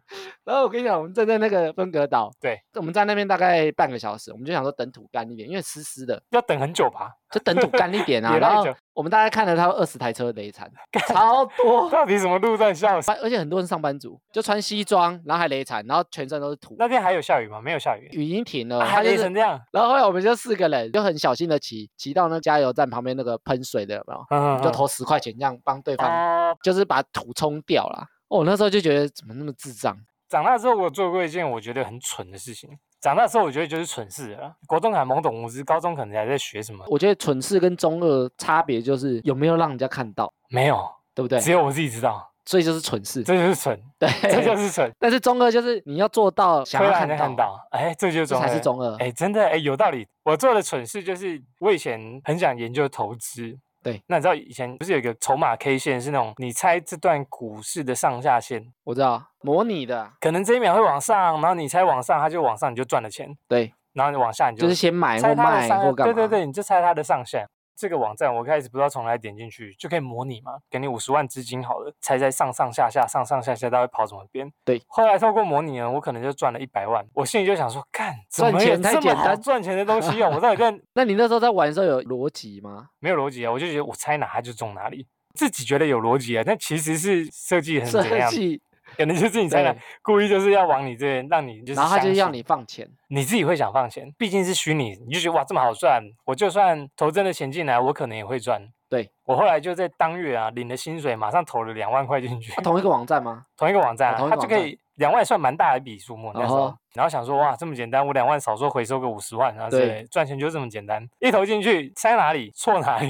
S2: 然后我跟你讲，我们站在那个分隔岛，
S1: 对，
S2: 我们在那边大概半个小时，我们就想说等土干一点，因为湿湿的，
S1: 要等很久吧？
S2: 就等土干一 点啊。
S1: 也
S2: 然
S1: 太
S2: 后
S1: 久
S2: 我们大概看了他二十台车 雷惨，超多，
S1: 到底什么路段？笑死！
S2: 而且很多人上班族就穿西装，然后还雷惨，然后全身都是土，
S1: 那天还有下雨吗？没有下雨，
S2: 雨已经停了，
S1: 啊还
S2: 他就
S1: 雷
S2: 是
S1: 成这样。
S2: 然后后来我们就四个人就很小心的骑，骑到那加油站旁边那个喷水的有没有？
S1: 嗯，嗯
S2: 就
S1: 嗯
S2: 投十块钱这样帮对方，
S1: 哦，
S2: 就是把土冲掉了。哦，我那时候就觉得怎么那么智障？
S1: 长大之后，我做过一件我觉得很蠢的事情。长大之后，我觉得就是蠢事了。国中还懵懂无知，高中可能还在学什么，
S2: 我觉得蠢事跟中二差别就是有没有让人家看到，
S1: 没有，
S2: 对不对？
S1: 只有我自己知道，
S2: 所以就是蠢事，
S1: 这就是蠢，
S2: 对。
S1: 这就是蠢，
S2: 但是中二就是你要做到想
S1: 会
S2: 要
S1: 让
S2: 看
S1: 人家
S2: 到，
S1: 看到，哎，这就是
S2: 这
S1: 中
S2: 才
S1: 二
S2: 是。中二。
S1: 哎，真的哎，有道理。我做的蠢事就是，我以前很想研究投资。
S2: 对，
S1: 那你知道以前不是有一个筹码 K 线是那种你猜这段股市的上下限，
S2: 我知道，模拟的，啊
S1: 可能这一秒会往上，然后你猜往上，它就往上，你就赚了钱，
S2: 对，
S1: 然后你往下你
S2: 就是先买
S1: 猜
S2: 或
S1: 它的
S2: 卖
S1: 上
S2: 或干嘛。
S1: 对对对，你就猜它的上限。这个网站我开始不知道从哪里点进去，就可以模拟嘛，给你五十万资金好了，猜猜上上下下、上上下下它会跑什么边。
S2: 对，
S1: 后来透过模拟呢，我可能就赚了一百万。我心里就想说，干，怎
S2: 赚
S1: 么有
S2: 钱太
S1: 这么
S2: 简
S1: 好
S2: 单
S1: 赚钱的东西啊！我到 底在
S2: 那你那时候在玩的时候有逻辑吗？
S1: 没有逻辑啊，我就觉得我猜哪它就中哪里。自己觉得有逻辑啊，但其实是设计很
S2: 设
S1: 怎样，
S2: 计，
S1: 可能 就是你猜哪
S2: 对，
S1: 故意就是要往你这边，让你就是
S2: 然后他就
S1: 相
S2: 要
S1: 信
S2: 你放钱，
S1: 你自己会想放钱，毕竟是虚拟，你就觉得哇这么好赚，我就算投真的钱进来，我可能也会赚。
S2: 对
S1: 我后来就在当月啊领了薪水，马上投了两万块进去，
S2: 啊同一个网站吗？
S1: 同一个网站、
S2: 哦
S1: 啊，
S2: 同一
S1: 它就
S2: 个网
S1: 可
S2: 站
S1: 以两万算蛮大一笔数目那时候。
S2: 哦吼
S1: 然后想说哇这么简单，我两万少说回收个五十万啊，
S2: 对
S1: 对，赚钱就这么简单，一投进去塞哪里错哪 里，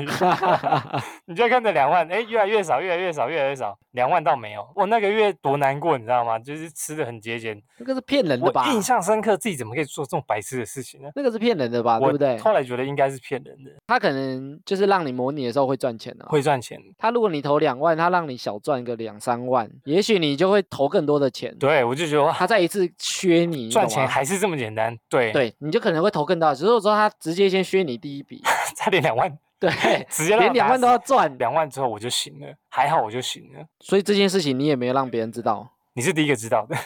S1: 你就看着两万，哎越来越少，越来越少，越来越少，两万倒没有，我那个月多难过你知道吗？就是吃的很节俭，
S2: 那个是骗人的
S1: 我
S2: 吧？
S1: 印象深刻自己怎么可以做这种白痴的事情呢？
S2: 那个是骗人的吧，对
S1: 我
S2: 不对？
S1: 后来觉得应该是骗人的，
S2: 他可能就是让你模拟的时候会赚钱的、
S1: 会赚钱。
S2: 他如果你投两万，他让你小赚个两三万，也许你就会投更多的钱。
S1: 对我就觉得哇，
S2: 他再一次削你，你
S1: 赚
S2: 懂
S1: 钱
S2: 吗
S1: 还是这么简单。对，
S2: 对，你就可能会投更大。只是我说他直接先削你第一笔，
S1: 差点两万，
S2: 对，
S1: 直接让
S2: 连
S1: 我
S2: 两
S1: 打
S2: 万都
S1: 死
S2: 要赚，
S1: 两万之后我就醒了，还好我就醒了。
S2: 所以这件事情你也没有让别人知道，
S1: 你是第一个知道的，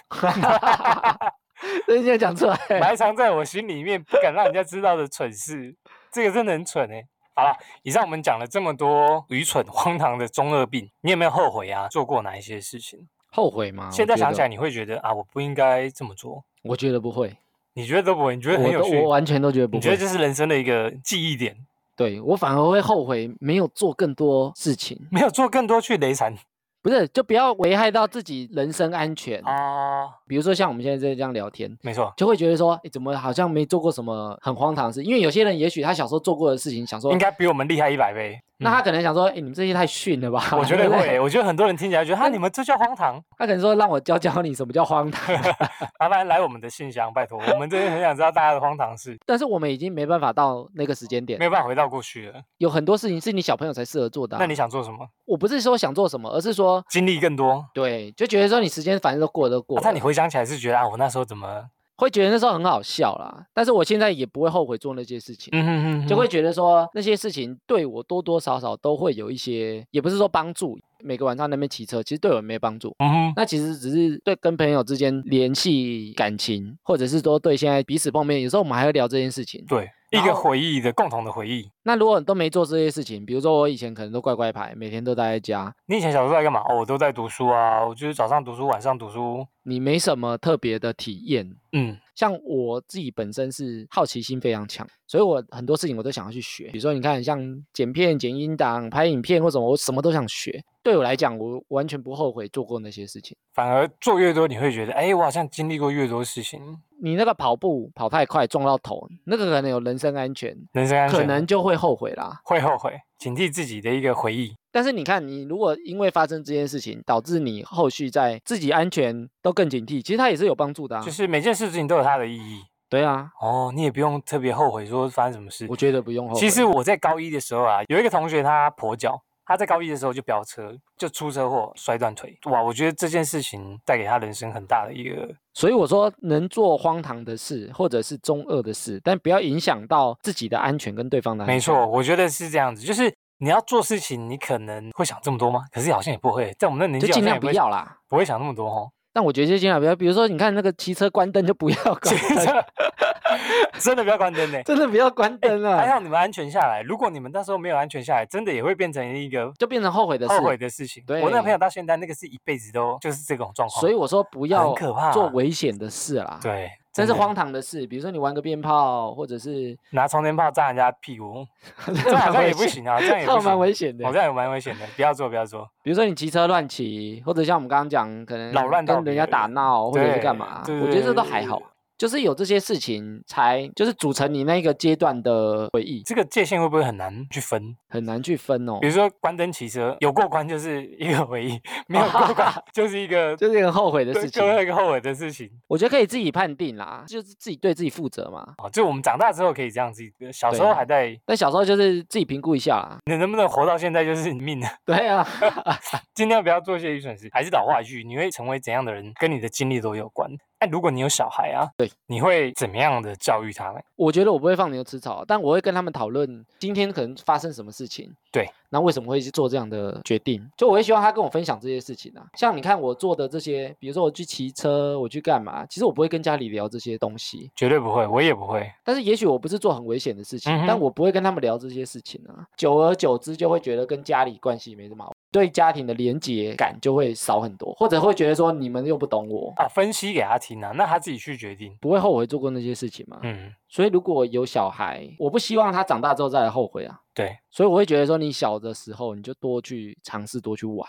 S2: 人家讲出来。
S1: 埋藏在我心里面不敢让人家知道的蠢事，这个真的很蠢哎、好了，以上我们讲了这么多愚蠢荒唐的中二病，你有没有后悔啊？做过哪一些事情？
S2: 后悔吗？
S1: 现在想起来
S2: 来，
S1: 你会觉得啊，我不应该这么做。
S2: 我觉得不会，
S1: 你觉得都不会？你觉得很
S2: 我
S1: 有
S2: 都
S1: 趣
S2: 我？完全都觉得不
S1: 你觉得
S2: 会。
S1: 这是人生的一个记忆点？
S2: 对我反而会后悔没有做更多事情，
S1: 没有做更多去雷惨
S2: 不是就不要危害到自己人身安全。
S1: 啊，
S2: 比如说像我们现在在这样聊天，
S1: 没错，
S2: 就会觉得说，诶怎么好像没做过什么很荒唐的事？因为有些人也许他小时候做过的事情，想说
S1: 应，该比我们厉害一百倍。
S2: 那他
S1: 嗯
S2: 可能想说，哎、你们这些太逊了吧？
S1: 我觉
S2: 对
S1: 得
S2: 不
S1: 会
S2: 对
S1: 欸，我觉得很多人听起来觉得哈，你们这叫荒唐。
S2: 他可能说让我教教你什么叫荒唐，
S1: 麻烦来我们的信箱，拜托，我们真的很想知道大家的荒唐事，
S2: 但是我们已经没办法到那个时间点
S1: 没，有办法回到过去了。
S2: 有很多事情是你小朋友才适合做的啊、
S1: 那你想做什么？
S2: 我不是说想做什么，而是说，
S1: 经历更多？
S2: 对，就觉得说你时间反正都过了都过
S1: 啊
S2: 了，
S1: 但你回想起来是觉得啊，我那时候怎么？
S2: 会觉得那时候很好笑啦。但是我现在也不会后悔做那些事情。
S1: 嗯哼哼哼，
S2: 就会觉得说那些事情对我多多少少都会有一些，也不是说帮助。每个晚上那边骑车，其实对我也没帮助。
S1: 嗯哼，
S2: 那其实只是对跟朋友之间联系感情，或者是说对现在彼此碰面，有时候我们还会聊这件事情。
S1: 对，一
S2: 然
S1: 个
S2: 后
S1: 回忆的共同的回忆。
S2: 那如果都没做这些事情，比如说我以前可能都乖乖牌，每天都待在家，
S1: 你以前小时候在干嘛？哦，我都在读书啊，我就是早上读书，晚上读书。
S2: 你没什么特别的体验。
S1: 嗯，
S2: 像我自己本身是好奇心非常强，所以我很多事情我都想要去学。比如说，你看像剪片、剪音档、拍影片或什么，我什么都想学。对我来讲，我完全不后悔做过那些事情。
S1: 反而做越多，你会觉得，哎，我好像经历过越多事情，
S2: 你那个跑步跑太快撞到头，那个可能有人身安全，
S1: 人生安全
S2: 可能就会后悔啦。
S1: 会后悔，警惕自己的一个回忆。
S2: 但是你看，你如果因为发生这件事情，导致你后续在自己安全都更警惕，其实它也是有帮助的啊。
S1: 就是每件事情都有它的意义。
S2: 对啊，
S1: 哦，你也不用特别后悔说发生什么事
S2: 我。觉得不用后悔。
S1: 其实我在高一的时候啊，有一个同学他跛脚，他在高一的时候就飙车，就出车祸摔断腿。哇，我觉得这件事情带给他人生很大的一个，
S2: 所以我说，能做荒唐的事，或者是中二的事，但不要影响到自己的安全跟对方的安全。啊
S1: 没错，，我觉得是这样子，就是。你要做事情，你可能会想这么多吗？可是好像也不会，在我们那年纪
S2: 就
S1: 好像
S2: 尽量
S1: 也不
S2: 不
S1: 会
S2: 要啦。
S1: 不会想那么多 哦。
S2: 但我觉得就尽量不要，比如说你看那个骑车关灯就不要关灯，
S1: 真的不要关灯 呢、
S2: 真的不要关灯啊，
S1: 还好你们安全下来。如果你们那时候没有安全下来，真的也会变成一个
S2: 就变成后悔的事。
S1: 后悔的事情。我那个朋
S2: 对
S1: 友到现在那个是一辈子都就是这种状况。
S2: 所以我说不要
S1: 可怕
S2: 做
S1: 啊
S2: 危险的事啦。。
S1: 对，
S2: 真是
S1: 的
S2: 荒唐的事，比如说你玩个鞭炮，或者是
S1: 拿充电炮炸人家屁股， 这
S2: 这
S1: 好像也不行啊，这 样也不
S2: 蛮
S1: 行。
S2: 危险的
S1: 好。像也蛮危险的，不要做，不要做，
S2: 比如说你骑车乱骑，或者像我们刚刚讲，可能
S1: 扰乱到
S2: 跟
S1: 别
S2: 人家打
S1: 人
S2: 闹，或者是
S1: 对
S2: 干嘛，
S1: 对
S2: 我觉得这都
S1: 对
S2: 还好
S1: 对。
S2: 就是有这些事情才，就是组成你那个阶段的回忆，
S1: 这个界限会不会很难去分？
S2: 很难去分哦
S1: 比。如说关灯骑车，有过关就是一个回忆，没有过 关就是一个
S2: 就是很后悔的
S1: 对
S2: 事情，
S1: 就是一个后悔的事情。
S2: 我觉得可以自己判定啦，就是自己对自己负责嘛。
S1: 哦，就我们长大之后可以这样子，小时
S2: 对
S1: 候还在，
S2: 但小时候就是自己评估一下啦。
S1: 你能不能活到现在就是你命啊！
S2: 对 啊，
S1: 尽量不要做一些愚蠢事。还是老话一句，你会成为怎样的人，跟你的经历都有关。哎，如果你有小孩啊，
S2: 对，
S1: 你会怎么样的教育他们？
S2: 我觉得我不会放牛吃草，但我会跟他们讨论今天可能发生什么事情。
S1: 对，
S2: 那为什么会去做这样的决定？就我会希望他跟我分享这些事情啊。像你看我做的这些，比如说我去骑车，我去干嘛，其实我不会跟家里聊这些东西。
S1: 绝对不会，我也不会。
S2: 但是也许我不是做很危险的事情，
S1: 嗯哼
S2: 但我不会跟他们聊这些事情啊。久而久之就会觉得跟家里关系没什么好，对家庭的连结感就会少很多，或者会觉得说你们又不懂我，
S1: 啊，分析给他听啊，那他自己去决定。
S2: 不会后悔做过那些事情嘛。
S1: 嗯，
S2: 所以如果有小孩，我不希望他长大之后再来后悔啊。
S1: 对，
S2: 所以我会觉得说，你小的时候你就多去尝试，多去玩，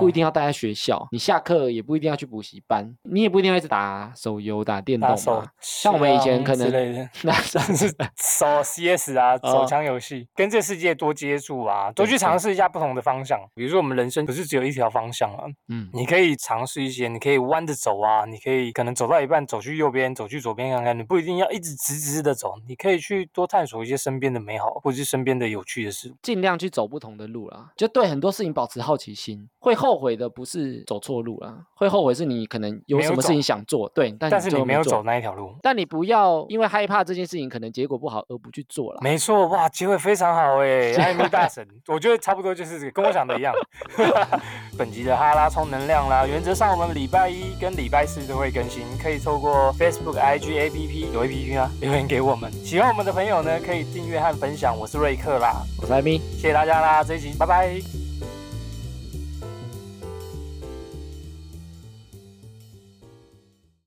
S2: 不
S1: 哦，
S2: 一定要待在学校，你下课也不一定要去补习班，你也不一定要一直打手游、打电动
S1: 打手
S2: 嘛。啊像我们以
S1: 枪
S2: 前可
S1: 之
S2: 能
S1: 类的
S2: 那是
S1: 是 手 CS 啊，手
S2: 哦
S1: 枪游戏，跟这世界多接触啊，多
S2: 对
S1: 去
S2: 对
S1: 尝试一下不同的方向。比如说，我们人生不是只有一条方向啊，
S2: 嗯，
S1: 你可以尝试一些，你可以弯着走啊，你可以可能走到一半走去右边，走去左边看看，你不一定要一直直直的走，你可以去多探索一些身边的美好，或者是身边的有趣的事物。
S2: 尽量去走不同的路啦，就对很多事情保持好奇心。会后悔的不是走错路啦，会后悔是你可能有
S1: 没有
S2: 什么事
S1: 走
S2: 情想做，对，但
S1: 但是
S2: 最
S1: 你
S2: 后
S1: 没有
S2: 做
S1: 走。那一条路。
S2: 但你不要因为害怕这件事情可能结果不好而不去做啦。
S1: 没错，哇，结尾非常好哎，艾米大神，我觉得差不多就是这个，跟我想的一样。本集的哈拉充能量啦，原则上我们礼拜一跟礼拜四都会更新，可以透过 Facebook、IG、APP 有 APP 吗？留言给我们。喜欢我们的朋友呢，可以订阅和分享。我是瑞克啦，
S2: 我是艾米，
S1: 谢谢大家啦，这一集拜拜。